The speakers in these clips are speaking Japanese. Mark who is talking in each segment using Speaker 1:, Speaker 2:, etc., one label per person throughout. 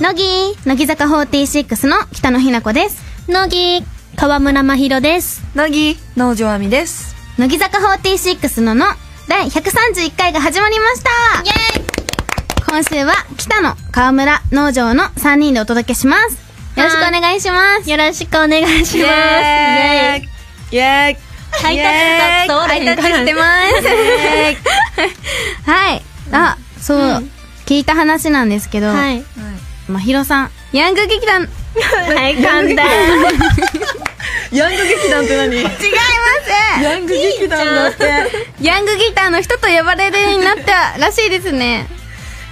Speaker 1: 乃木
Speaker 2: 乃木坂46の北野日向子です
Speaker 1: 乃木川村真宏です
Speaker 3: 乃木農場亜美です
Speaker 2: 乃木坂46のの第131回が始まりました
Speaker 1: イエーイ
Speaker 2: 今週は北野川村農場の3人でお届けしますよろしくお願いします
Speaker 1: よろしくお願いしますイエーイ
Speaker 3: イエーイ
Speaker 1: ハイタッチが伝わらへんから
Speaker 2: ハイタッチして ますはいあそう、聞いた話なんですけど、
Speaker 1: はい
Speaker 2: まひろさんヤング劇団
Speaker 1: はい簡単
Speaker 3: ヤング劇団って何
Speaker 2: 違いま
Speaker 3: ヤング劇団だって
Speaker 2: すヤングギターの人と呼ばれるようになったらしいですね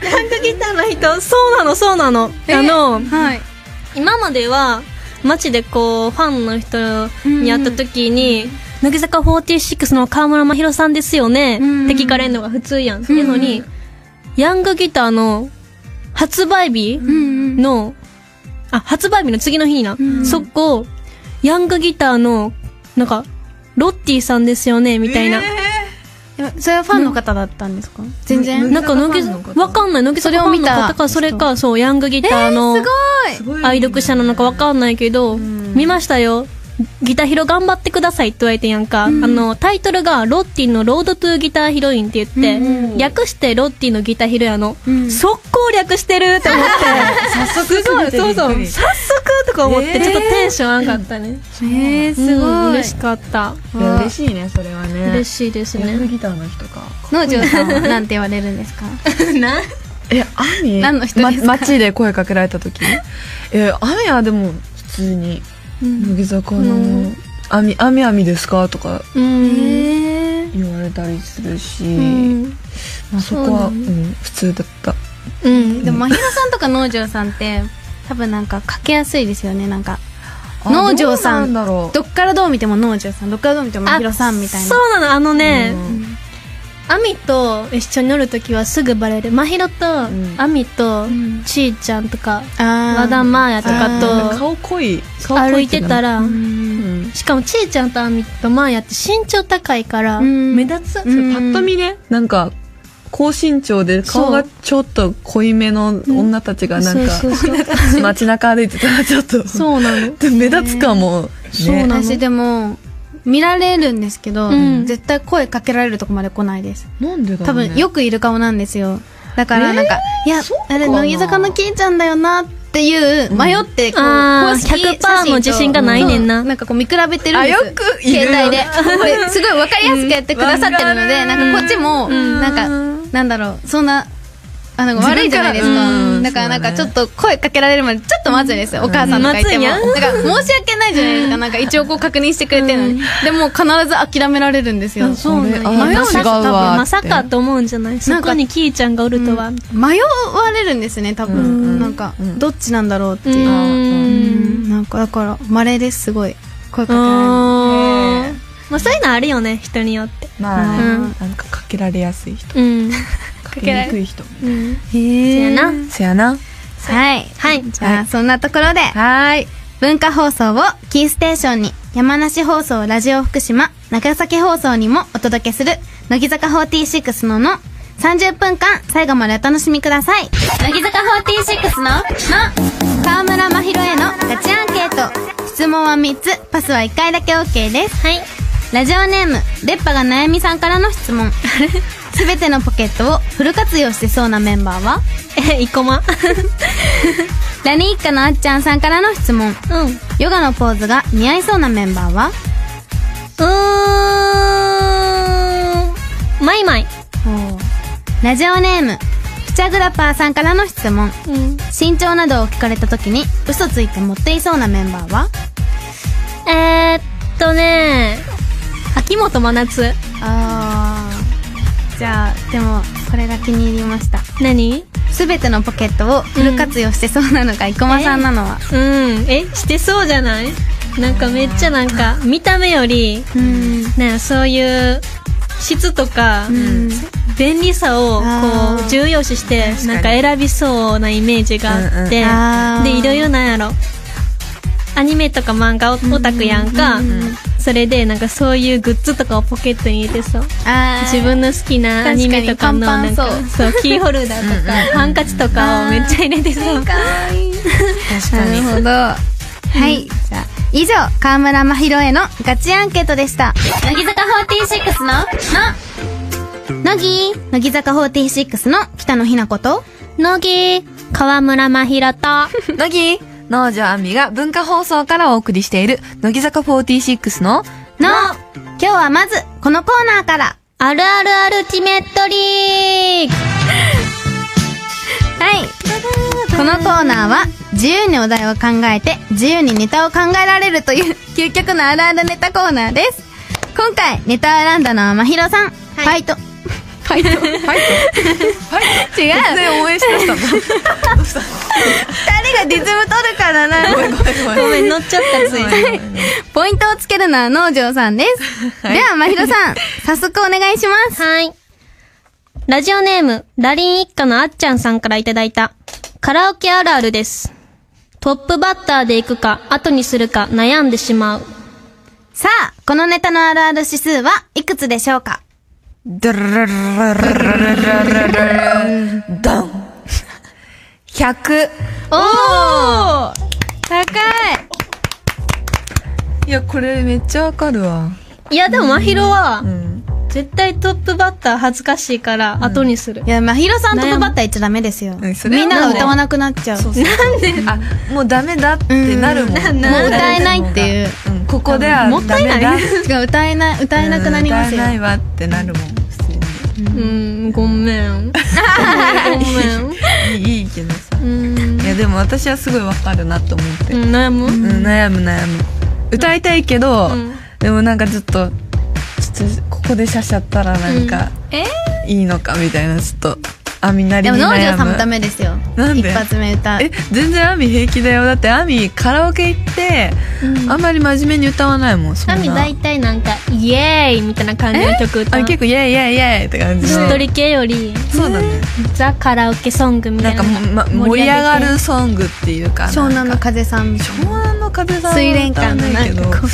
Speaker 4: ヤングギターの人そうなのそうなのあの
Speaker 2: はい
Speaker 4: 今までは街でこうファンの人に会った時に「乃木坂46の川村真宏さんですよね」
Speaker 2: うん
Speaker 4: って聞かれるのが普通やんっていうのにヤングギターの発売日
Speaker 2: うんうん
Speaker 4: のあ発売日の次の日にな
Speaker 2: うん
Speaker 4: そこヤングギターのなんかロッティさんですよねみたいな
Speaker 2: それはファンの方だったんですか全然
Speaker 4: なんか乃木
Speaker 3: 乃木坂ファンの方
Speaker 4: わかんない乃木坂ファンの方かそれかそうヤングギターの
Speaker 2: すごい
Speaker 3: ご
Speaker 4: 愛読者なのかわかんないけど、
Speaker 3: ん
Speaker 4: 見ましたよ。ギターヒロ頑張ってくださいって言われてんやんか、
Speaker 2: うん
Speaker 4: あの、タイトルがロッティのロードトゥーギターヒロインって言って、
Speaker 3: うん
Speaker 4: 略してロッティのギターヒロやの、
Speaker 2: うん
Speaker 4: 速攻略してるって思って、
Speaker 3: 早速す ごい
Speaker 4: そうそう、早速とか思って、
Speaker 3: えー
Speaker 4: ちょっとテンション上がったね。
Speaker 2: えー、
Speaker 4: う
Speaker 2: す
Speaker 4: ん
Speaker 2: ごい
Speaker 4: 嬉しかった。
Speaker 2: わあ
Speaker 3: 嬉しいねそれはね
Speaker 4: 嬉しいです
Speaker 3: ヤング
Speaker 4: ね。
Speaker 3: ギターの人か
Speaker 2: 農場さんはなんて言われるん ですか
Speaker 3: えアミ
Speaker 2: 何の人ですか
Speaker 3: ま街で声かけられた時えアミはでも普通に乃木坂のアミアミアミですかとか
Speaker 4: うん。
Speaker 2: え
Speaker 3: 言われたりするし、
Speaker 4: うん。
Speaker 3: まあ、そこは、
Speaker 4: そううなん
Speaker 3: ん、普通だった
Speaker 4: うん
Speaker 2: でも真宙さんとか農場さんって多分なんかかけやすいですよねなんか農場さん
Speaker 3: どうなんだろう
Speaker 2: どっからどう見ても農場さんどっからどう見ても真宙さんみたいな
Speaker 4: そうなの、あのね、
Speaker 3: うん
Speaker 4: アミと一緒に乗るときはすぐバレる。まひろと、
Speaker 3: ん
Speaker 4: アミと、
Speaker 2: ん
Speaker 4: ちーちゃんとか、
Speaker 2: あー
Speaker 4: 和田まーやと
Speaker 3: なんか
Speaker 4: か
Speaker 3: 顔濃い
Speaker 4: と、
Speaker 3: 顔濃
Speaker 4: 歩
Speaker 3: い
Speaker 4: い
Speaker 3: って
Speaker 4: て
Speaker 3: な
Speaker 4: たら、
Speaker 3: うん
Speaker 4: しかもちーちゃんとアミとまーやって身長高いから、
Speaker 2: うん
Speaker 4: 目立つ。
Speaker 2: う
Speaker 3: パッと見ねなんか高身長で顔がちょっと濃いめの女たちがなんか、
Speaker 4: そうそう そう。
Speaker 3: 街中歩いてたらちょっと
Speaker 4: そうなの。
Speaker 3: で目立つかも、ね
Speaker 4: そうなの
Speaker 2: 私でも見られるんですけど、
Speaker 4: うん
Speaker 2: 絶対声かけられるとこまで来ないです
Speaker 3: なんでだ
Speaker 2: 多
Speaker 3: ろう、ね、
Speaker 2: 分よくいる顔なんですよだからなんか、いや
Speaker 3: そうかな
Speaker 2: あれ乃木坂のキイちゃんだよなっていう
Speaker 3: うん
Speaker 2: 迷ってこう、
Speaker 4: あー
Speaker 2: 公式写真と
Speaker 4: 100%の自信がないねんな
Speaker 2: そうなんかこう見比べてるん
Speaker 3: あ
Speaker 2: です
Speaker 3: よくいるよ
Speaker 2: 携帯
Speaker 3: ね
Speaker 2: でですごい分かりやすくやってくださってるので、
Speaker 3: うん
Speaker 2: なんかこっちも、
Speaker 3: ん
Speaker 2: なんかなんだろうそんなあなんか悪いじゃないです
Speaker 3: 自分
Speaker 2: か、
Speaker 3: からうん
Speaker 2: だからなんか
Speaker 3: そ
Speaker 2: ち
Speaker 3: うだ
Speaker 2: ょっ
Speaker 3: ね
Speaker 2: と声かけられるまでちょっと待つんですよ、お母さんとかいても
Speaker 4: 待つん
Speaker 2: だから申し訳ないじゃないですかなんか一応こう確認してくれてるのに、でも必ず諦められるんですよ
Speaker 3: うなんや
Speaker 2: 迷う
Speaker 4: まさか
Speaker 3: 違うわって
Speaker 4: まさかと思うんじゃないそこにきーちゃんがおるとは。
Speaker 2: 迷われるんですね多分、
Speaker 3: うん
Speaker 2: なんか、
Speaker 3: うん
Speaker 2: どっちなんだろうって
Speaker 4: う。
Speaker 2: いう、うんんなんかだから稀ですすごい声かけられる
Speaker 4: あーまあそういうのあるよね、人によって。
Speaker 3: まあ、
Speaker 4: うん
Speaker 3: なんかかけられやすい人
Speaker 4: うん。
Speaker 3: かけにくい人
Speaker 4: うん。
Speaker 2: へえ
Speaker 4: そうやな
Speaker 3: せや
Speaker 2: は
Speaker 3: な
Speaker 2: いはいじゃあそんなところで
Speaker 3: はい
Speaker 2: 文化放送をキーステーションに山梨放送ラジオ福島長崎放送にもお届けする乃木坂46のの30分間最後までお楽しみください乃木坂46のの河村真宏へのガチアンケート質問は3つパスは1回だけ OK ですはいラジオネーム出っ歯が悩みさんからの質問すべてのポケットをフル活用してそうなメンバーは
Speaker 4: え、生駒。
Speaker 2: ラニー一家のあっちゃんさんからの質問
Speaker 4: うん。
Speaker 2: ヨガのポーズが似合いそうなメンバーは
Speaker 4: うーん。マイマイ。
Speaker 2: ラジオネームピチャグラパーさんからの質問
Speaker 4: うん。
Speaker 2: 身長などを聞かれた時に嘘ついて持っていそうなメンバーは
Speaker 4: えー、っとね、秋元真夏。
Speaker 2: あーじゃあでもこれが気に入りました
Speaker 4: 何
Speaker 2: 全てのポケットをフル活用してそうなのが生駒さんなのは、
Speaker 4: うん。え、してそうじゃないなんかめっちゃなんか、見た目より、
Speaker 2: うん
Speaker 4: ね、そういう質とか、
Speaker 2: うん
Speaker 4: 便利さを
Speaker 2: あ
Speaker 4: こ
Speaker 2: ー
Speaker 4: う重要視して、
Speaker 3: かに
Speaker 4: なんか選びそうなイメージがあって、
Speaker 3: うん
Speaker 2: うんあー
Speaker 4: で、いろいろなんやろ。アニメとか漫画オオタクやんか、それでなんかそういうグッズとかをポケットに入れてそう
Speaker 2: あ
Speaker 4: 自分の好きなアニメとかのな
Speaker 2: 確
Speaker 4: ん
Speaker 2: かに
Speaker 4: か
Speaker 2: パンパン
Speaker 4: そうキーホルダーとかハンカチとかをめっちゃ入れてそう
Speaker 2: かわいい
Speaker 3: 確
Speaker 2: な
Speaker 3: か
Speaker 2: る
Speaker 3: に
Speaker 2: ほどはい、じゃあ以上河村真宏へのガチアンケートでした乃木坂46のの乃木乃木坂46の北野日向子と
Speaker 1: 乃木、河村真宏 と、
Speaker 3: 乃木農場あみが文化放送からお送りしている乃木坂46の
Speaker 2: の今日はまずこのコーナーから
Speaker 1: あるあるアルティメットリーグ
Speaker 2: はいこのコーナーは自由にお題を考えて自由にネタを考えられるという究極のあるあるネタコーナーです今回ネタを選んだのは真宏さん、ファイト
Speaker 3: ファイトファイトファイト
Speaker 2: 違う
Speaker 3: 全然応援してましたもん
Speaker 2: 誰がリズム取るからな
Speaker 3: ごめんごめんごめん
Speaker 4: ごめん乗っちゃったつい
Speaker 2: ポイントをつけるのは農場さん です。では、まひろさん、早速お願いします。
Speaker 4: はい。ラジオネーム、ラリン一家のあっちゃんさんからいただいた、カラオケあるあるです。トップバッターで行くか、後にするか悩んでしまう。
Speaker 2: さあ、このネタのあるある指数はいくつでしょうか
Speaker 3: ドゥルルルルルルルルルルドン100
Speaker 2: おお高い
Speaker 3: いやこれめっちゃわかるわ
Speaker 4: いや、でも、まひろは
Speaker 3: う、ん
Speaker 4: 絶対トップバッター恥ずかしいから、後にする。
Speaker 2: いや、まひろさんと配ったら言っちゃダメですよ。
Speaker 3: うんそれは
Speaker 2: みんなが歌わなくなっちゃう。
Speaker 3: そうそうあもうダメだってなるもん
Speaker 2: うんもう歌えないっていう
Speaker 3: う、ん、ここでは
Speaker 4: もったいない
Speaker 3: ダメだ
Speaker 2: 違う、歌えない、歌えなくなりますよ
Speaker 3: 歌え。ないわってなるもん普通
Speaker 4: うん、ごめん。ご
Speaker 3: にいいいいけどさ
Speaker 4: めん。うん、
Speaker 3: いやでも私はすごいわかるなと思って、
Speaker 4: うん悩む、
Speaker 3: うん悩む悩む歌いたいけど、
Speaker 4: うん
Speaker 3: でもなんかちょっとちょっとここでシャシャったらなんか、
Speaker 2: え
Speaker 3: いいのかみたいなちょっとあみなり
Speaker 2: で
Speaker 3: に
Speaker 2: も
Speaker 3: 悩む
Speaker 2: 農場さんもダメですよ。
Speaker 3: なんで
Speaker 2: 一発目歌。
Speaker 3: え全然アミ平気だよだってアミカラオケ行って、あんまり真面目に歌わないもんそんな
Speaker 4: ナミ大体なんか、イエーイみたいな感じの曲歌
Speaker 3: あ
Speaker 4: う。
Speaker 3: 結構イエイイエイイエイって感じ
Speaker 4: し
Speaker 3: の
Speaker 4: っとり系より、
Speaker 3: そうだね
Speaker 4: ザ・カラオケソングみた
Speaker 3: ないん
Speaker 4: な
Speaker 3: か、ま、盛り上がるソングっていうか
Speaker 2: 湘南
Speaker 3: な
Speaker 2: の
Speaker 3: んか
Speaker 2: 風さんみたい
Speaker 3: 湘南の風さんは
Speaker 2: 水蓮
Speaker 3: 歌わ
Speaker 2: 館の
Speaker 3: ないけど
Speaker 2: なんかこ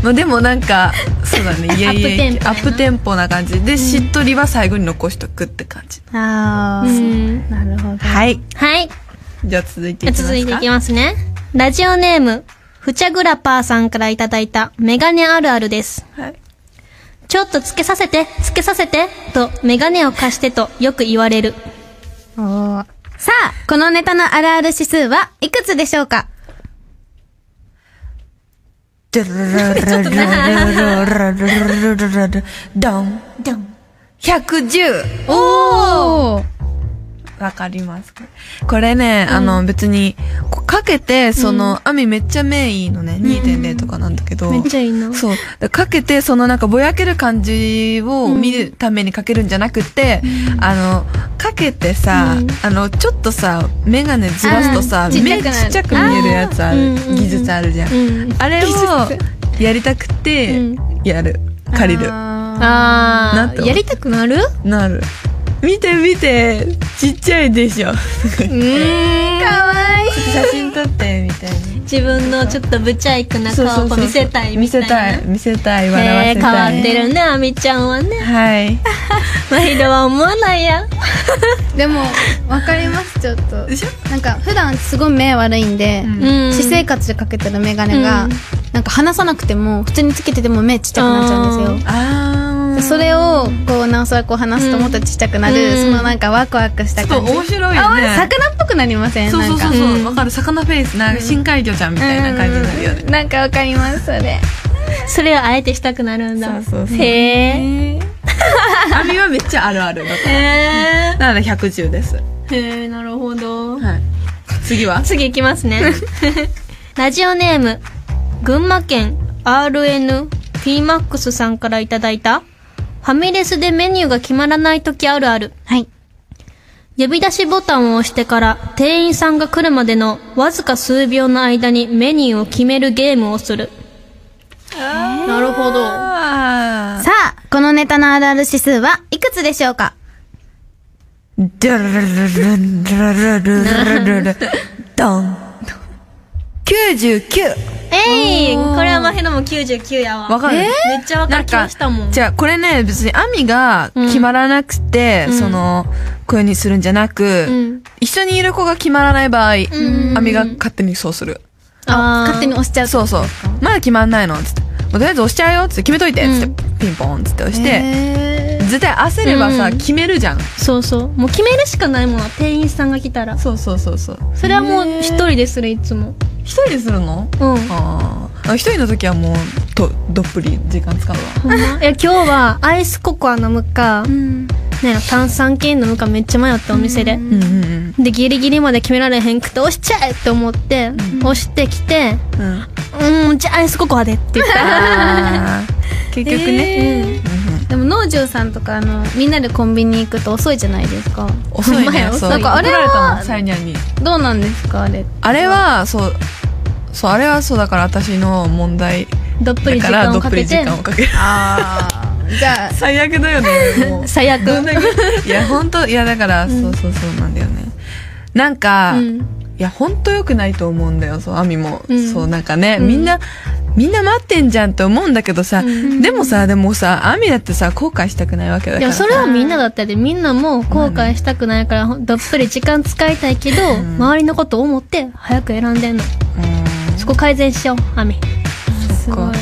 Speaker 3: まあでもなんかそうだねイエイイエイ系
Speaker 4: ア
Speaker 3: ア
Speaker 4: ッ
Speaker 3: ッ
Speaker 4: プ
Speaker 3: プテンポな感じでしっとりは最後に残しとくって感じ
Speaker 2: な。あ
Speaker 4: う
Speaker 2: ー、
Speaker 4: ん、
Speaker 2: なるほど。
Speaker 3: はい
Speaker 4: はい。
Speaker 3: じゃあ続いていきますか
Speaker 4: 続いていきますね。ラジオネーム、ふちゃぐらパーさんからいただいたメガネあるあるです。
Speaker 3: はい
Speaker 4: ちょっとつけさせて、つけさせて、とメガネを貸してとよく言われる。
Speaker 2: おーさあ、このネタのあるある指数はいくつでしょうか
Speaker 3: ドゥルルルルルルルルルルルルルルルドン
Speaker 4: ドン。
Speaker 3: 110
Speaker 2: おお
Speaker 3: わかりますかこれね、あの別にこうかけてその、アミめっちゃ目いいのね2.0とかなんだけど、
Speaker 4: めっちゃいいな。
Speaker 3: そう。だからかけて、そのなんかぼやける感じを見るためにかけるんじゃなくて、あの、かけてさ、あの、ちょっとさ、メガネずらすとさ
Speaker 2: あー、ちっちゃ
Speaker 3: 目
Speaker 2: く
Speaker 3: ち
Speaker 2: なる
Speaker 3: っちゃく見えるやつあ
Speaker 4: あー
Speaker 3: る
Speaker 4: うんうんうん。
Speaker 3: 技術あるじゃん。
Speaker 4: うん。
Speaker 3: あれを、やりたくて
Speaker 4: うん、
Speaker 3: やる。借りる。
Speaker 2: あ
Speaker 4: あ
Speaker 3: なんて
Speaker 4: ー、やりたくなる
Speaker 3: なる。見て見て、ちっちゃいでしょ。
Speaker 2: ーかわいい
Speaker 3: 写真撮って、みたいな。
Speaker 4: 自分のちょっとブチャイクな
Speaker 3: そうそ
Speaker 4: 顔
Speaker 3: うそ
Speaker 4: を
Speaker 3: う
Speaker 4: 見せたい
Speaker 3: 見
Speaker 4: みた
Speaker 3: せ
Speaker 4: いな。
Speaker 3: たい。見せたい。笑わ
Speaker 4: へ
Speaker 3: せ
Speaker 4: え、変わ
Speaker 3: たい。
Speaker 4: ってるね、あみちゃんはね。
Speaker 3: はい。
Speaker 4: まひろは思わな いや。
Speaker 2: でも、わかります、ちょっと。
Speaker 3: でしょ
Speaker 2: なんか、普段すごい目悪いんで、
Speaker 4: うん
Speaker 2: 私生活でかけてるメガネが、
Speaker 4: うん
Speaker 2: なんか離さなくても、普通につけてても目ちっちゃくなっちゃうんですよ。
Speaker 3: あー。
Speaker 2: それを、こう、なおさらこう離すともっとちっちゃくなる、
Speaker 4: うん
Speaker 2: そのなんかワクワクした
Speaker 3: ちょっ
Speaker 2: 感じ。
Speaker 3: と面白い
Speaker 2: あ、
Speaker 3: よ
Speaker 2: 俺、
Speaker 3: ね。
Speaker 2: 魚っぽくなりません
Speaker 3: そうそうそう
Speaker 2: なんか
Speaker 3: そう、わかる。魚フェイス、なんか深海魚ちゃんみたいな感じになるよね。
Speaker 2: うんなんかわかります、それ。
Speaker 4: それをあえてしたくなるんだ。
Speaker 3: そうそうそう
Speaker 4: へえ。
Speaker 3: 網はめっちゃあるあるだか
Speaker 4: へ
Speaker 3: ら。なので110です。は
Speaker 4: え。へえ、なるほど。
Speaker 3: い。次は
Speaker 4: 次いきま すね。ラジオネーム、群馬県 RNPMAX さんからいただいた、ファミレスでメニューが決まらない時あるある。
Speaker 2: はい。
Speaker 4: 呼び出しボタンを押してから店員さんが来るまでのわずか数秒の間にメニューを決めるゲームをする。なるほど。
Speaker 3: あ
Speaker 2: さあ、このネタのあるある指数はいくつでしょうか
Speaker 3: ー。ドゥルルルルルルルルルルルルドン。99!
Speaker 2: ええ
Speaker 4: えい
Speaker 3: おー
Speaker 4: これはマヒのも99やわ。
Speaker 3: わかる、
Speaker 4: めっちゃわか
Speaker 3: な
Speaker 4: る
Speaker 3: ん
Speaker 4: 気が
Speaker 3: か
Speaker 4: したもん。
Speaker 3: じゃあこれね別に亜美が決まらなくて、
Speaker 4: うん
Speaker 3: そのこういう風にするんじゃなく、
Speaker 4: うん。
Speaker 3: 一緒にいる子が決まらない場合、
Speaker 4: ん
Speaker 3: 亜美が勝手にそうする
Speaker 4: あ
Speaker 2: 勝手に押しちゃう。
Speaker 3: そうそうまだ決まんないのつってもうとりあえず押しちゃうよつって決めといてつって、
Speaker 4: うん
Speaker 3: ピンポンつって押して、
Speaker 2: へー
Speaker 3: 絶対焦ればさ、
Speaker 4: うん
Speaker 3: 決めるじゃん
Speaker 4: そうそう。もう決めるしかないもの、店員さんが来たら。
Speaker 3: そうそうそうそう
Speaker 4: それはもう一人でする、いつも。
Speaker 3: 一人でするの
Speaker 4: うん。
Speaker 3: あーあ一人の時はもうとどっぷり時間使うわ
Speaker 4: ほんまいや、今日はアイスココア飲むか、
Speaker 2: うん。
Speaker 4: ね、炭酸系飲むかめっちゃ迷ってお店で。
Speaker 3: うんうんうん
Speaker 4: で、ギリギリまで決められへんくて、押しちゃえって思って、押してきて、
Speaker 3: うん
Speaker 4: うん、じゃあアイスココアでって言ったら。
Speaker 3: あー結局ね、
Speaker 2: えー
Speaker 3: うんうん
Speaker 2: でも農場さんとかあのみんなでコンビニ行くと遅いじゃないですか
Speaker 3: 遅 いね
Speaker 4: 前
Speaker 3: そう
Speaker 2: なんかあれは
Speaker 3: 怒られたもんサイニャンに
Speaker 2: どうなんですかあれ
Speaker 3: あれはそうそうあれはそうだから私の問題
Speaker 4: どっぷ
Speaker 3: だ
Speaker 4: り
Speaker 3: か
Speaker 4: 時
Speaker 3: ら
Speaker 4: 間
Speaker 3: ど
Speaker 4: を
Speaker 3: っ
Speaker 4: か
Speaker 3: ぷり
Speaker 4: け
Speaker 3: 時
Speaker 4: て
Speaker 3: 間、をかける
Speaker 2: ああじゃあ
Speaker 3: 最悪だよね もう
Speaker 4: 最悪。
Speaker 3: どんだけいや本当いやだから、そうそうそうなんだよねなんか、
Speaker 4: うん。
Speaker 3: いや本当良くないと思うんだよそうアミも、
Speaker 4: うん
Speaker 3: そうなんかね、
Speaker 4: ん
Speaker 3: みんなみんな待ってんじゃんって思うんだけどさ、
Speaker 4: ん
Speaker 3: でもさでもさアミだってさ後悔したくないわけだか
Speaker 4: で
Speaker 3: ら
Speaker 4: も
Speaker 3: さ
Speaker 4: それはみんなだったで、みんなもう後悔したくないから、どっぷり時間使いたいけど、
Speaker 3: ん
Speaker 4: 周りのことを思って早く選んでんの。
Speaker 3: うーん
Speaker 4: そこ改善しよう、アミ。
Speaker 2: すごい
Speaker 3: そっか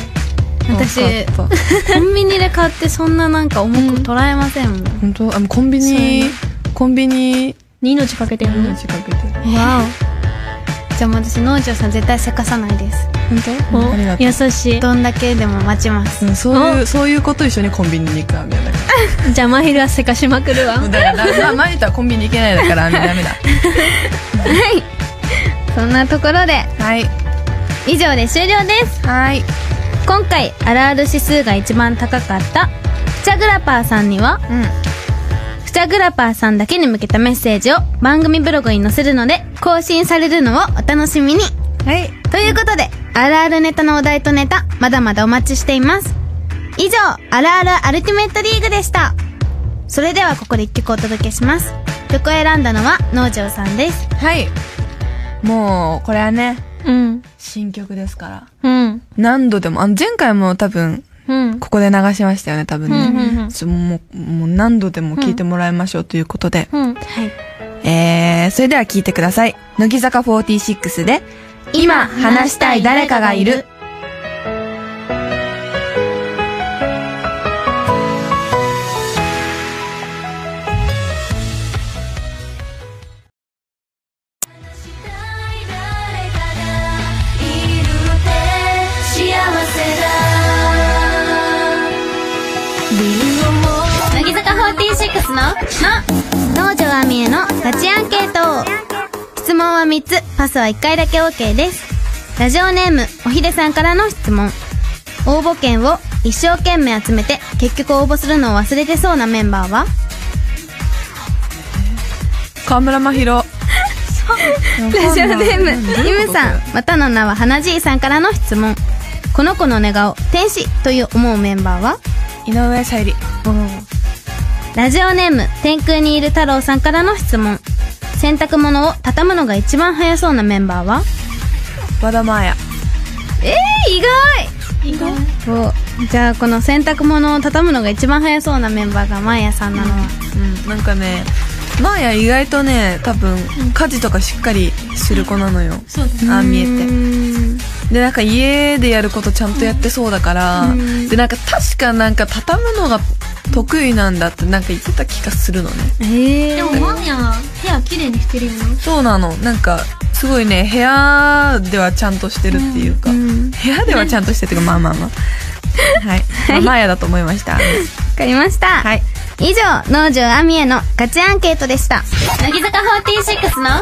Speaker 2: 私
Speaker 3: よかった
Speaker 2: コンビニで買ってそんななんか重く捉えませんもん、
Speaker 3: 本当あのコンビ
Speaker 2: そう
Speaker 3: ニ
Speaker 2: や
Speaker 3: コンビニ
Speaker 4: 命かけてるの。
Speaker 3: 命かけてる
Speaker 2: わおじゃあもう私農場さん絶対せかさないです
Speaker 3: 当ありが
Speaker 4: お
Speaker 3: とう
Speaker 4: 優しい。
Speaker 2: どんだけでも待ちます
Speaker 3: うん、そういう、そういうこと一緒にコンビニに行くアミはだか
Speaker 4: じゃあ、マヒルはせかしまくるわ
Speaker 3: ら。。うんだから、まあ、マニタはコンビニ行けないだからアミダメだ。
Speaker 2: そんなところで
Speaker 3: はい。
Speaker 2: 以上で終了です
Speaker 3: はい。
Speaker 2: 今回あるある指数が一番高かったフチャグラパーさんには
Speaker 3: うん。
Speaker 2: フチャグラパーさんだけに向けたメッセージを番組ブログに載せるので更新されるのをお楽しみに
Speaker 3: はい。
Speaker 2: ということで、あるあるネタのお題とネタ、まだまだお待ちしています。以上、あるあるアルティメットリーグでした。それではここで一曲お届けします。曲を選んだのは農場さんです。
Speaker 3: はい。もう、これはね、
Speaker 4: うん。
Speaker 3: 新曲ですから。
Speaker 4: うん。
Speaker 3: 何度でも、あの、前回も多分、
Speaker 4: うん。
Speaker 3: ここで流しましたよね、多分
Speaker 4: うん。う
Speaker 3: ね。
Speaker 4: ん。
Speaker 3: そうもう、もう何度でも聴いてもらいましょうということで。
Speaker 4: うん。
Speaker 2: はい。
Speaker 3: えー、それでは聴いてください。乃木坂46で、今話したい誰かがいる。
Speaker 2: 乃木坂46の、の、農場あみえのガチアンケート。質問は3つ、パスは1回だけ OK です。ラジオネーム、おひでさんからの質問。応募券を一生懸命集めて、結局応募するのを忘れてそうなメンバーは
Speaker 3: 河村 真宏。
Speaker 2: ラジオネーム、ゆむさん、またの名は花じいさんからの質問。この子の寝顔、天使という思うメンバーは
Speaker 3: 井上さゆり。
Speaker 2: ラジオネーム、天空にいる太郎さんからの質問。洗濯物を畳むのが一番早そうなメンバーは
Speaker 3: 和田真彩。
Speaker 2: えー、意外意外じゃあこの洗濯物を畳むのが一番早そうなメンバーがマーヤさんなのは、
Speaker 3: うん、なんかね、真彩意外とね、多分、家事とかしっかりする子なのよ。
Speaker 4: そうだ
Speaker 3: ああ、見
Speaker 2: う
Speaker 3: えて。
Speaker 2: ーん
Speaker 3: でなんか家でやることちゃんとやってそうだから、でなんか確かなんか畳むのが得意なんだってなんか言ってた気がするのね
Speaker 2: え
Speaker 4: でも、
Speaker 2: ー、
Speaker 4: マミは部屋綺麗にしてるよね。
Speaker 3: そうなのなんかすごいね部屋ではちゃんとしてるっていうか、
Speaker 2: うんわ
Speaker 3: 部屋ではちゃんとしてるっていうかまあまあまあ はい、まあ、マーヤだと思いましたは
Speaker 2: かりました、
Speaker 3: い
Speaker 2: 以上農場アミエのガチアンケートでした乃木坂46の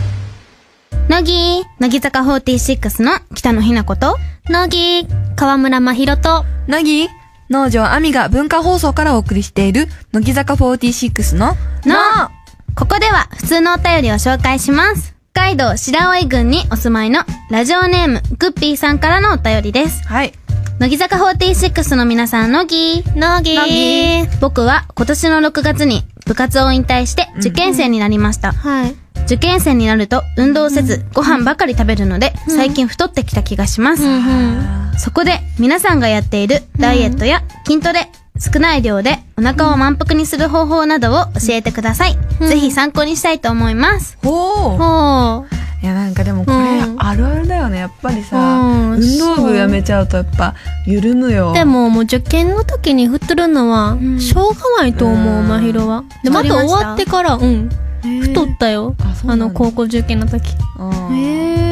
Speaker 2: 「の」乃木乃木坂46の北野日向子と
Speaker 1: 乃木、河村真宏と、
Speaker 3: なぎ農場あみが文化放送からお送りしている乃木坂46の
Speaker 2: のここでは普通のお便りを紹介します北海道白老郡にお住まいのラジオネームグッピーさんからのお便りです
Speaker 3: はい
Speaker 2: 乃木坂46の皆さん、乃木。
Speaker 1: 乃木、
Speaker 2: 僕は今年の6月に部活を引退して受験生になりました。
Speaker 1: はい。
Speaker 2: 受験生になると運動せずご飯ばかり食べるので最近太ってきた気がします。そこで皆さんがやっているダイエットや筋トレ、少ない量でお腹を満腹にする方法などを教えてください。ぜひ参考にしたいと思います。
Speaker 3: おー
Speaker 4: ほう。
Speaker 3: いやなんかでもこれ
Speaker 4: うん
Speaker 3: あるあるだよねやっぱりさ、
Speaker 4: うん
Speaker 3: 運動部やめちゃうとやっぱ緩むよ
Speaker 4: でも、もう受験の時に振ってるのは、しょうがないと思
Speaker 3: う
Speaker 4: う、
Speaker 3: ん
Speaker 4: まひろは。で、
Speaker 2: 太
Speaker 4: ま
Speaker 2: り
Speaker 4: た
Speaker 2: ました
Speaker 4: 終わってから、うん。太
Speaker 3: っ
Speaker 4: ったよ。
Speaker 3: あそう
Speaker 4: あ
Speaker 3: なんだ
Speaker 4: の、高校受験の時。
Speaker 3: うん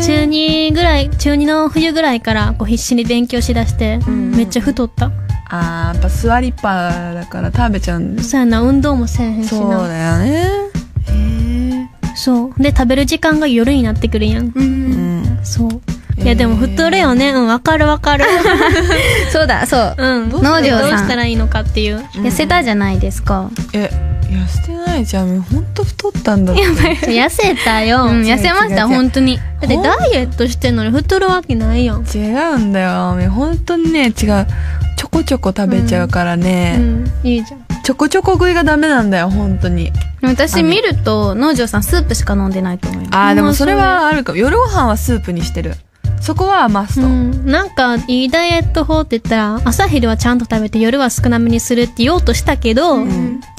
Speaker 4: 中2ぐらい、中2の冬ぐらいから、こう必死に勉強しだして、めっちゃ太った。
Speaker 3: あーやっぱ座りっぱだから食べちゃうんです
Speaker 4: そうやな、運動もせえへんし
Speaker 3: そう
Speaker 4: な。
Speaker 3: だよね
Speaker 4: そう。で、食べる時間が夜になってくるやん。
Speaker 3: うん
Speaker 4: そう。いや、でも太るよね。うん、わかる わかる。
Speaker 2: そうだ、そう。
Speaker 4: うん。どう
Speaker 2: 農場さん
Speaker 4: したらいいのかっていう。
Speaker 2: 痩せたじゃないです か。
Speaker 3: え痩せてないじゃんほんと太ったんだやばい
Speaker 4: 痩せたよ。
Speaker 2: うん、
Speaker 3: 違う
Speaker 2: 痩せました、
Speaker 3: 違う違う
Speaker 2: 本当に。
Speaker 4: だってダイエットしてんのに太るわけないやん。
Speaker 3: 違うんだよね本当にね違うちょこちょこ食べちゃうから
Speaker 4: う
Speaker 3: ね、
Speaker 4: ん。いいじゃん。
Speaker 3: ちょこちょこ食いがダメなんだよ本当に
Speaker 2: 私見ると、農場さんスープしか飲んでないと思います。
Speaker 3: あーでもそれはあるかも夜ご飯はスープにしてるそこはマスト、
Speaker 4: うん。なんか、いいダイエット法って言ったら、朝昼はちゃんと食べて夜は少なめにするって言おうとしたけど、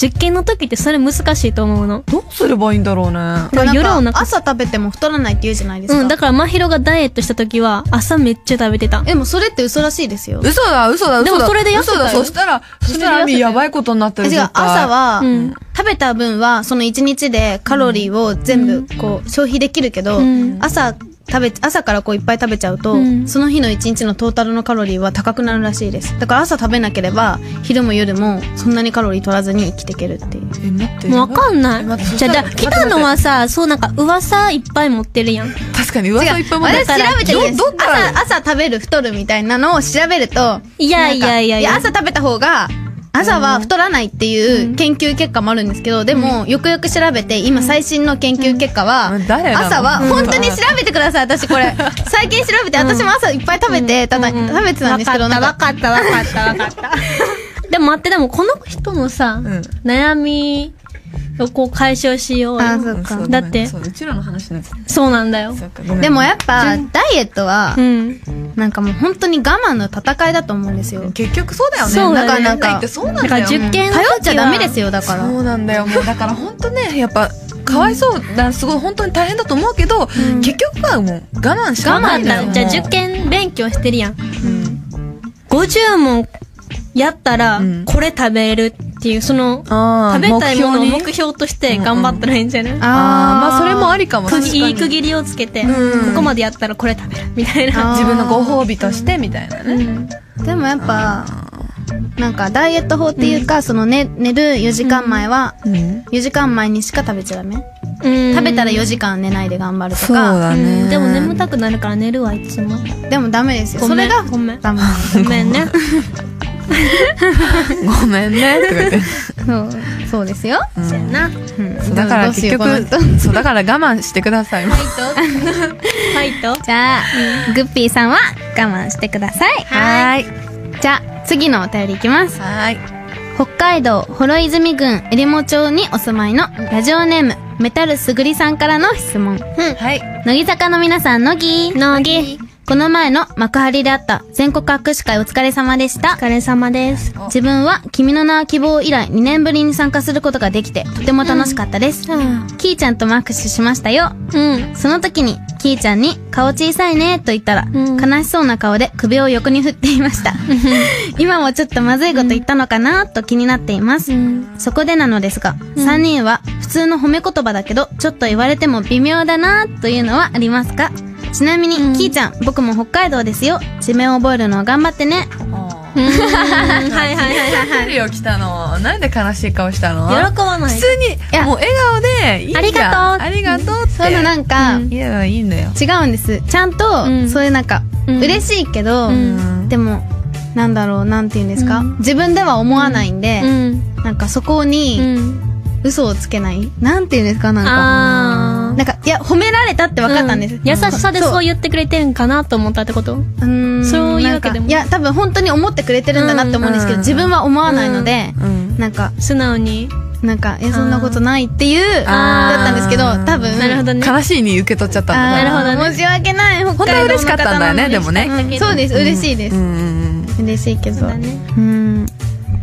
Speaker 4: 実験の時ってそれ難しいと思うの。
Speaker 3: どうすればいいんだろうね
Speaker 4: だから夜お
Speaker 2: なん
Speaker 4: 腹
Speaker 2: か朝食べても太らないって言うじゃないですか。
Speaker 4: うん、だから、まひろがダイエットした時は、朝めっちゃ食べてた。
Speaker 2: でもそれって嘘らしいですよ。
Speaker 3: 嘘だ嘘だ嘘だ
Speaker 4: でもそれで痩せた
Speaker 3: 嘘
Speaker 4: よ
Speaker 3: だそしたらそしたらアミやばいことになって
Speaker 2: 違
Speaker 3: る
Speaker 2: う、
Speaker 3: 絶対
Speaker 2: 朝は、
Speaker 4: うん
Speaker 2: 食べた分は、その一日でカロリーを全部、こう、消費できるけど、
Speaker 4: うん
Speaker 2: 朝、食べ、朝からこういっぱい食べちゃうと、
Speaker 4: うん
Speaker 2: その日の一日のトータルのカロリーは高くなるらしいです。だから朝食べなければ、昼も夜もそんなにカロリー取らずに生きていけるっていう。
Speaker 3: え待って
Speaker 4: もうわかんな
Speaker 3: 待って
Speaker 4: い。じゃあ、だ、
Speaker 3: 待って
Speaker 4: 来たのはさ、そうなんか噂いっぱい持ってるやん。
Speaker 3: 確かに噂いっぱいも
Speaker 2: 私調べていいです
Speaker 3: どどっから
Speaker 2: 朝、朝食べる太るみたいなのを調べると、
Speaker 4: いやいやいや
Speaker 2: い
Speaker 4: い
Speaker 2: や
Speaker 4: や。
Speaker 2: 朝食べた方が朝は太らないっていう研究結果もあるんですけど、でも、よくよく調べて、今最新の研究結果は、
Speaker 3: うん誰なの
Speaker 2: 朝は、
Speaker 3: うん
Speaker 2: 本当に調べてください、私こ れ。最近調べて、私も朝いっぱい食べて、ただ、食べてたんですけど、なんか、
Speaker 4: かったわかったわかった。でも待って、でもこの人のさ、
Speaker 3: ん
Speaker 4: 悩みをこう解消しようよ
Speaker 2: あそうか
Speaker 3: うんそう
Speaker 4: だって
Speaker 3: そううちらの話になっちゃっ
Speaker 4: そうなんだよ
Speaker 3: た。そっかごめん
Speaker 2: でもやっぱ、ダイエットは
Speaker 4: う、ん。
Speaker 2: なんかもう本当に我慢の戦いだと思うんですよ。
Speaker 3: 結局そうだよね
Speaker 4: そうだ
Speaker 2: ね
Speaker 3: だから
Speaker 2: な
Speaker 3: なんん
Speaker 2: か
Speaker 3: か言ってそうなん
Speaker 4: だか
Speaker 3: だ
Speaker 4: ら
Speaker 3: よ
Speaker 4: 受験の時
Speaker 2: 頼
Speaker 4: は
Speaker 2: っちゃダメですよ、だから。
Speaker 3: そうなんだよもうだから本当ねやっぱかわいそうだすごい本当に大変だと思うけど、結局はもう我慢しか
Speaker 4: 我
Speaker 3: ない
Speaker 4: 慢
Speaker 3: んだ
Speaker 4: だ。
Speaker 3: よ
Speaker 4: じゃあ受験勉強してるやん。50問やったら
Speaker 3: うん、
Speaker 4: これ食べるっていう、その、
Speaker 3: あ
Speaker 4: 食べたいものを目
Speaker 3: に
Speaker 4: 標として頑張ったらいいんじゃない、
Speaker 3: あーまあそれもあ
Speaker 2: り。
Speaker 3: りかも
Speaker 4: 区
Speaker 3: 確か
Speaker 4: 切
Speaker 3: に
Speaker 4: いい区切りをつけて、
Speaker 3: うん
Speaker 4: ここまでやったらこれ食べるみたいな。
Speaker 2: あー
Speaker 3: 自分のご褒美としてみたいなね、
Speaker 2: でもやっぱ、なんか、ダイエット法っていうか、その、ね、寝る4時間前は、
Speaker 3: うん
Speaker 2: 4時間前にしか食べちゃダメ、
Speaker 4: 食
Speaker 2: 食べたら
Speaker 4: よ
Speaker 2: 4時間寝ないで頑張ると
Speaker 3: そう
Speaker 2: か
Speaker 3: だね、
Speaker 4: でも眠たくなるから寝るわいつも
Speaker 2: でもダメですよ
Speaker 4: ご
Speaker 2: そ
Speaker 4: め
Speaker 2: れ
Speaker 4: ん
Speaker 2: が
Speaker 4: ごめ ん
Speaker 2: ダメ
Speaker 4: ごめんね
Speaker 3: ごめんねとか 言って
Speaker 2: そうそうですよ、
Speaker 4: そうやな
Speaker 2: うん
Speaker 3: だから
Speaker 2: どうし
Speaker 3: 結
Speaker 2: ようこの人
Speaker 3: 局そうだから我慢してください
Speaker 4: ファイト
Speaker 2: じゃあ、グッピーさんは我慢してください
Speaker 3: はい
Speaker 2: じゃあ次のお便りいきます
Speaker 3: はい
Speaker 2: 北海道幌泉郡えりも町にお住まいのラジオネームメタルすぐりさんからの質問
Speaker 3: はい
Speaker 2: 乃木坂の皆さん乃木乃木この前の幕張であった全国握手会お疲れ様でした
Speaker 4: お疲れ様です
Speaker 2: 自分は君の名は希望以来2年ぶりに参加することができてとても楽しかったです。
Speaker 4: うん
Speaker 2: キーちゃんとも握手しましたよ。
Speaker 4: うん
Speaker 2: その時に、キーちゃんに、顔小さいね、と言ったら、
Speaker 4: うん
Speaker 2: 悲しそうな顔で首を横に振っていました。 今もちょっとまずいこと言ったのかな、と気になっています。
Speaker 4: ん
Speaker 2: そこでなのですが、3人は普通の褒め言葉だけど、ちょっと言われても微妙だな、というのはありますかちなみに、キーちゃん、僕も北海道ですよ。地名を覚えるの頑張ってね。
Speaker 4: はいはいはいは
Speaker 3: 来
Speaker 4: い
Speaker 3: るよ来たのなんで悲しい顔したの
Speaker 4: 喜ばない
Speaker 3: 普通に
Speaker 2: や
Speaker 3: もう笑顔でいいじゃん
Speaker 4: ありがとう
Speaker 3: ありがとうって
Speaker 2: そのなんか、
Speaker 3: いやいいんだよ
Speaker 2: 違うんですちゃんと、
Speaker 4: ん
Speaker 2: そういうなんか、
Speaker 4: うん
Speaker 2: 嬉しいけど、
Speaker 3: ん
Speaker 2: でもなんだろうなんて言うんですか、自分では思わないんで、
Speaker 4: うん
Speaker 2: なんかそこ
Speaker 4: う
Speaker 2: に
Speaker 4: ん
Speaker 2: 嘘をつけないなんて言うんですかなんか
Speaker 4: あ
Speaker 2: なんかいや褒められたって
Speaker 4: あ
Speaker 2: 分かったんです、
Speaker 4: 優しさで
Speaker 2: そう
Speaker 4: そう言ってくれてんかなと思ったってこと
Speaker 2: うーん
Speaker 4: そういう
Speaker 2: な
Speaker 4: わ
Speaker 2: んか
Speaker 4: けでも
Speaker 2: いや多分本当に思ってくれてるんだなって思うんですけど、
Speaker 3: うん
Speaker 2: 自分は思わないので、
Speaker 3: うん
Speaker 2: なんか
Speaker 4: 素直に
Speaker 2: なんか、え、そんなことないっていう、
Speaker 3: あー
Speaker 2: だったんですけど、多分。
Speaker 4: なるほどね。
Speaker 3: 悲しいに受け取っちゃったんだ
Speaker 2: あー
Speaker 4: なるほどね
Speaker 2: 申し訳ない。
Speaker 3: 当
Speaker 2: 本
Speaker 3: は嬉しかったんだよねでもね
Speaker 2: そうです、嬉しいです
Speaker 3: う。んうん
Speaker 2: 嬉しいけど。
Speaker 4: だね
Speaker 2: うん。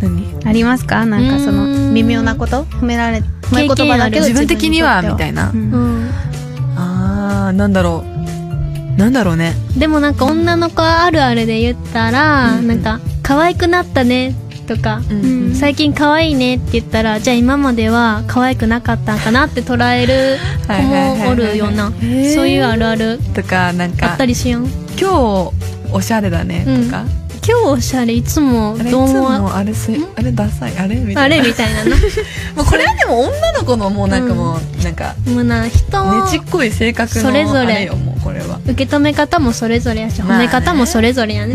Speaker 3: うん
Speaker 2: ありますかなんかそうの、
Speaker 4: ん
Speaker 2: 微妙なこと褒められ、褒め言葉だけど
Speaker 3: 自分的にはみた
Speaker 2: い
Speaker 3: いな、
Speaker 4: うん。
Speaker 3: ああなんだろうなんだろうね
Speaker 4: でもなんか女の子あるあるで言ったら、なんか、可愛くなったね、とか、
Speaker 3: ん
Speaker 4: 最近可愛いねって言ったら、じゃあ今までは可愛くなかったんかなって捉える子
Speaker 3: はいはいはいはい
Speaker 4: もおるような、
Speaker 3: へー
Speaker 4: そういうあるある
Speaker 3: とかなん
Speaker 4: あ
Speaker 3: か
Speaker 4: ったりしやん。今
Speaker 3: 今日おしゃれだね
Speaker 4: うん
Speaker 3: とか、
Speaker 4: 日おしゃれ、いつも
Speaker 3: あれいつ
Speaker 4: どうも、
Speaker 3: もあれすあれダサいあれみた
Speaker 4: あ
Speaker 3: いな
Speaker 4: れみたいな な。
Speaker 3: もうこれはでも女の子のもうなんかもう、なんか
Speaker 4: もうな、人を
Speaker 3: ねちっこい性格の
Speaker 4: それぞれ
Speaker 3: あれよもうこれは、
Speaker 4: 受け止め方もそれぞれやし、
Speaker 3: まあ
Speaker 4: 褒
Speaker 3: ね
Speaker 4: め方もそれぞれやね。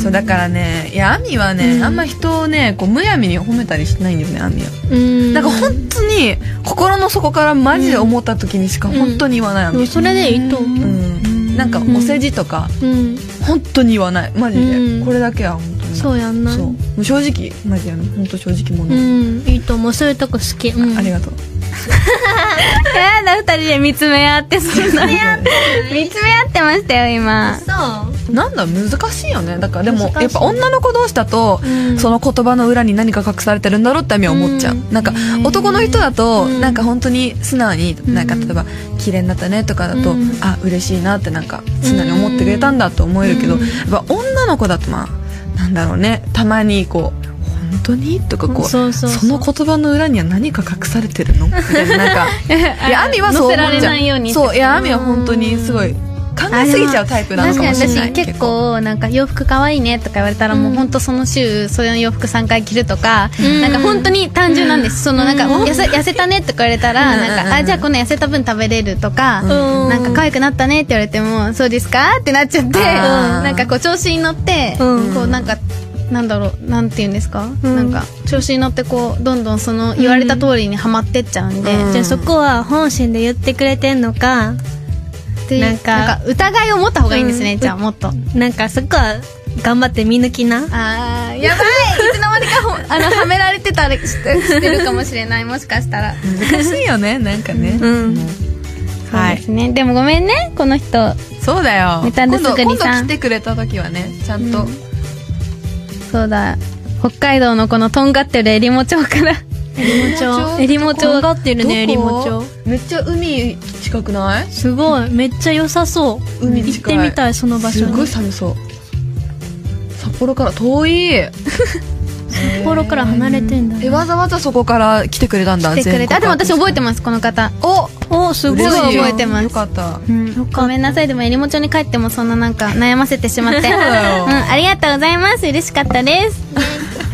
Speaker 3: そう だからねいやアミはね、
Speaker 4: うん
Speaker 3: あんま人をねこうむやみに褒めたりしないんだよねアミは
Speaker 4: うん。
Speaker 3: なんか本当に心の底からマジで思った時にしか本当に言わないアミ
Speaker 4: もうそれでいいと思
Speaker 3: う
Speaker 4: う。
Speaker 3: ん、なんかお世辞とか
Speaker 4: うん。
Speaker 3: 本当に言わないマジで、
Speaker 4: うん
Speaker 3: これだけは本当に
Speaker 4: そうやんな。
Speaker 3: そうもう正直マジで本当正直
Speaker 4: う
Speaker 3: 者、
Speaker 4: ん、いいと思う。そういうとこ好き。うん。
Speaker 3: ありがとう
Speaker 2: やだ、二人で見つめ合って、そんな。 見つめ合ってましたよ、今。
Speaker 4: そう。
Speaker 3: なんだ難しいよねだからでも
Speaker 4: 難しい
Speaker 3: やっぱ女の子同士だと、
Speaker 4: うん
Speaker 3: その言葉の裏に何か隠されてるんだろうっては思っちゃう、
Speaker 4: うん
Speaker 3: なんか男の人だと、
Speaker 4: うん
Speaker 3: なんか本当に素直に、なんか例えば綺麗になったねとかだと、
Speaker 4: うん
Speaker 3: あ嬉しいなってなんか素直に思ってくれたんだと思えるけど、
Speaker 4: うん
Speaker 3: やっぱ女の子だとまあなんだろうねたまにこう本当にとかこう
Speaker 4: そうそうそう
Speaker 3: その言葉の裏には何か隠されてるのみたいななんか いやアミはそう思っちゃう
Speaker 2: 載せられないように
Speaker 3: そういやアミは本当にすごい考えすぎちゃうタイプなの
Speaker 2: 確
Speaker 3: か
Speaker 2: か
Speaker 3: も
Speaker 2: に
Speaker 3: しれない
Speaker 2: 私結構なんか洋服可愛いねとか言われたらもう本当その週その洋服3回着るとか、
Speaker 4: ん
Speaker 2: なんか本当に単純なんです。そのなんか痩せ痩せたねとか言われたら
Speaker 3: うんうんうん
Speaker 2: なんかあじゃあこの痩せた分食べれるとか、なんか可愛くなったねって言われてもそうですかってなっちゃって、
Speaker 3: あー
Speaker 2: なんかこう調子に乗って、
Speaker 4: うん
Speaker 2: こうなんか。なんだろうなんて言うんですか、
Speaker 4: ん
Speaker 2: なんか調子に乗ってこうどんどんその言われた通りにはまってっちゃうんで、
Speaker 3: うん
Speaker 4: じゃあそこは本心で言ってくれてんのか、
Speaker 2: で
Speaker 4: なんか
Speaker 2: なんか疑いを持った方がいいんですね、
Speaker 4: うん
Speaker 2: じゃあもっと
Speaker 4: なんかそこは頑張って見抜きな。
Speaker 2: あーやば いいつの間にかほあのはめられてたりしてしてるかもしれないもしかしたら
Speaker 3: 難しいよね なんかね、
Speaker 4: うん
Speaker 2: そ
Speaker 3: は
Speaker 2: うで
Speaker 3: い
Speaker 2: すねでもごめんねこの人
Speaker 3: そうだよ
Speaker 2: ネタ
Speaker 3: 今
Speaker 2: の
Speaker 3: 度
Speaker 2: 作
Speaker 3: 今
Speaker 2: り
Speaker 3: 度
Speaker 2: さん
Speaker 3: 来てくれた時はねちゃんと、
Speaker 2: そうだ北海道のこのとんがってるえりも町から
Speaker 4: えりも
Speaker 3: 町
Speaker 4: えり
Speaker 3: ど
Speaker 4: も
Speaker 3: こ
Speaker 4: 町がってるね、えりも町。
Speaker 3: めっちゃ海近くない
Speaker 4: すごい、めっちゃ良さそう。
Speaker 3: 海
Speaker 4: 行っ
Speaker 3: 近い
Speaker 4: てみたい、その場所
Speaker 3: す
Speaker 4: に。
Speaker 3: ごい寒そう札幌から遠い
Speaker 4: 札幌から離れてんだね。
Speaker 3: えわざわざそこから来てくれたんだ
Speaker 2: 来てくれてあでも私覚えてますこの方
Speaker 3: お
Speaker 4: お、すごい。
Speaker 3: 嬉しい
Speaker 2: 覚えてます
Speaker 3: よかった
Speaker 2: うん、ごめんなさいでもえりも町に帰ってもそんななんか悩ませてしまって、うん、
Speaker 3: だよ
Speaker 2: ありがとうございます嬉しかったです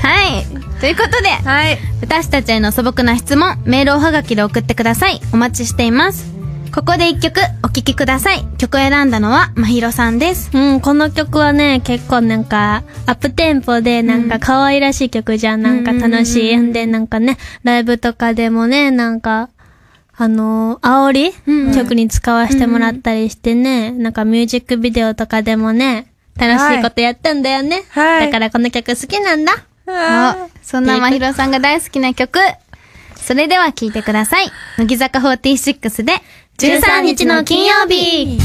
Speaker 2: はいということで
Speaker 3: はい
Speaker 2: 私たちへの素朴な質問、メールをはがきで送ってください。お待ちしています。ここで一曲お聴きください。曲を選んだのは、まひろさんです。
Speaker 4: うん、この曲はね、結構なんか、アップテンポで、なんか可愛らしい曲じゃん、なんか楽しい。んで、なんかね、ライブとかでもね、なんか、あのー、煽り、曲に使わせてもらったりしてね、なんかミュージックビデオとかでもね、楽しいことやったんだよね。
Speaker 3: はい
Speaker 4: だからこの曲好きなんだ。
Speaker 2: あそんなまひろさんが大好きな曲。それでは聴いてください。乃木坂46で、
Speaker 4: 13日の金曜日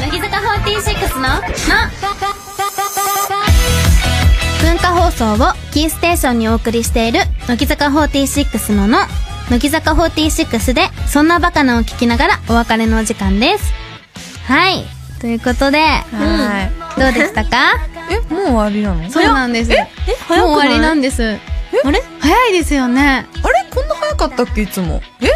Speaker 2: 乃木坂46の、の、文化放送をキーステーションにお送りしている、乃木坂46のの、乃木坂46で、そんなバカなを聞きながらお別れのお時間です。はい。ということで、
Speaker 3: はい
Speaker 2: どうでしたか
Speaker 3: えもう終わりなの
Speaker 2: そうなんです。ええ
Speaker 4: 早くない
Speaker 2: もう終わりなんです。
Speaker 4: あれ
Speaker 2: 早いですよね。
Speaker 3: あれこんな早かったっけいつもえ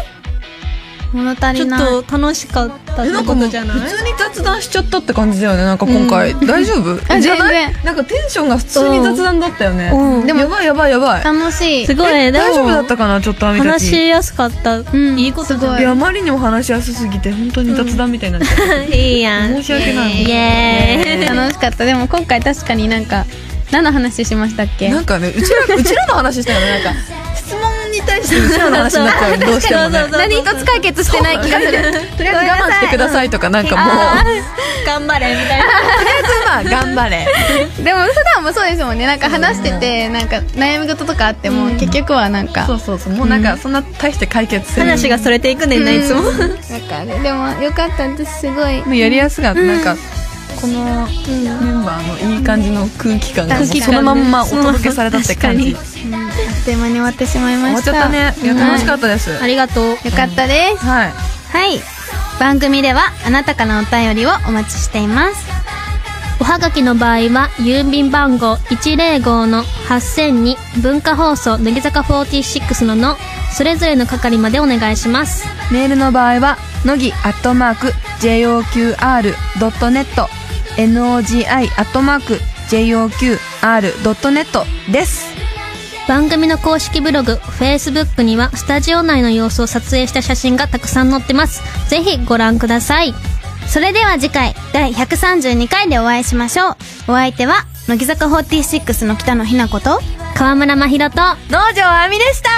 Speaker 2: 物足
Speaker 4: ち
Speaker 2: り
Speaker 4: ょ
Speaker 2: ない。
Speaker 4: っと楽しかったっ
Speaker 3: え
Speaker 4: て
Speaker 3: なん
Speaker 4: こ
Speaker 3: かもう
Speaker 4: と
Speaker 3: 普
Speaker 4: じ
Speaker 3: 通
Speaker 4: ゃない
Speaker 3: に雑談しちゃったって感じだよねなんか今回、大丈夫
Speaker 2: あ
Speaker 3: じゃない
Speaker 2: 全
Speaker 3: なんかテンションが普通に雑談だったよね、
Speaker 4: うん
Speaker 3: でもやばいやばいやばい
Speaker 2: 楽しい。
Speaker 4: すごい、でも
Speaker 3: 大丈夫だったかなちょっとあみた
Speaker 4: 話
Speaker 3: ち
Speaker 4: し
Speaker 3: い
Speaker 4: やすかった。
Speaker 2: ん
Speaker 4: いいことじゃない
Speaker 3: やあまりにも話しやすすぎて本当に雑談みたいになっちゃっ
Speaker 4: いいや
Speaker 3: た
Speaker 4: ん。
Speaker 3: 申し訳ない
Speaker 4: イエーイ。
Speaker 2: 楽しかった。でも今回確かになんか、何の話しましたっけ
Speaker 3: なんかねうちらうちらの話したよねなんか質問に対してうちらの話になっちゃうどうしてもね
Speaker 2: 何一つ解決してない気がする。
Speaker 3: とりあえず我慢してく ださいとかなんかもう
Speaker 4: 頑張れみたいな。
Speaker 3: とりあえずまあ頑張れ
Speaker 2: でも普段もそうですもんねなんか話しててなんか悩み事とかあっても結局はなんか
Speaker 3: そうそうそうもうなんかそんな大して解決せず
Speaker 4: 話がそれていくねんな、いつも。
Speaker 2: なんかねでもよかった私すごい
Speaker 3: もうやりやすがなんかこのメンバーのいい感じの空気感がもう
Speaker 2: 空気
Speaker 3: そ
Speaker 2: 感
Speaker 3: のまんまお届けされたって感じ
Speaker 2: あっという間に終わってしまいま
Speaker 3: 終わっ
Speaker 2: し
Speaker 3: ちゃ
Speaker 2: た
Speaker 3: ったねいや楽しかったです
Speaker 4: ありがとう。
Speaker 2: よかったです
Speaker 3: はい
Speaker 2: はい番組ではあなたからのお便りをお待ちしています
Speaker 4: おはがきの場合は、郵便番号105-8000に文化放送、乃木坂46のの、それぞれの係までお願いします。
Speaker 3: メールの場合は、のぎアットマーク、joqr.net、nogi アットマーク、joqr.net です。
Speaker 4: 番組の公式ブログ、Facebook には、スタジオ内の様子を撮影した写真がたくさん載ってます。ぜひご覧ください。
Speaker 2: それでは次回第132回でお会いしましょうお相手は乃木坂46の北野日向子と
Speaker 4: 河村真宏と、
Speaker 3: 農場あみでした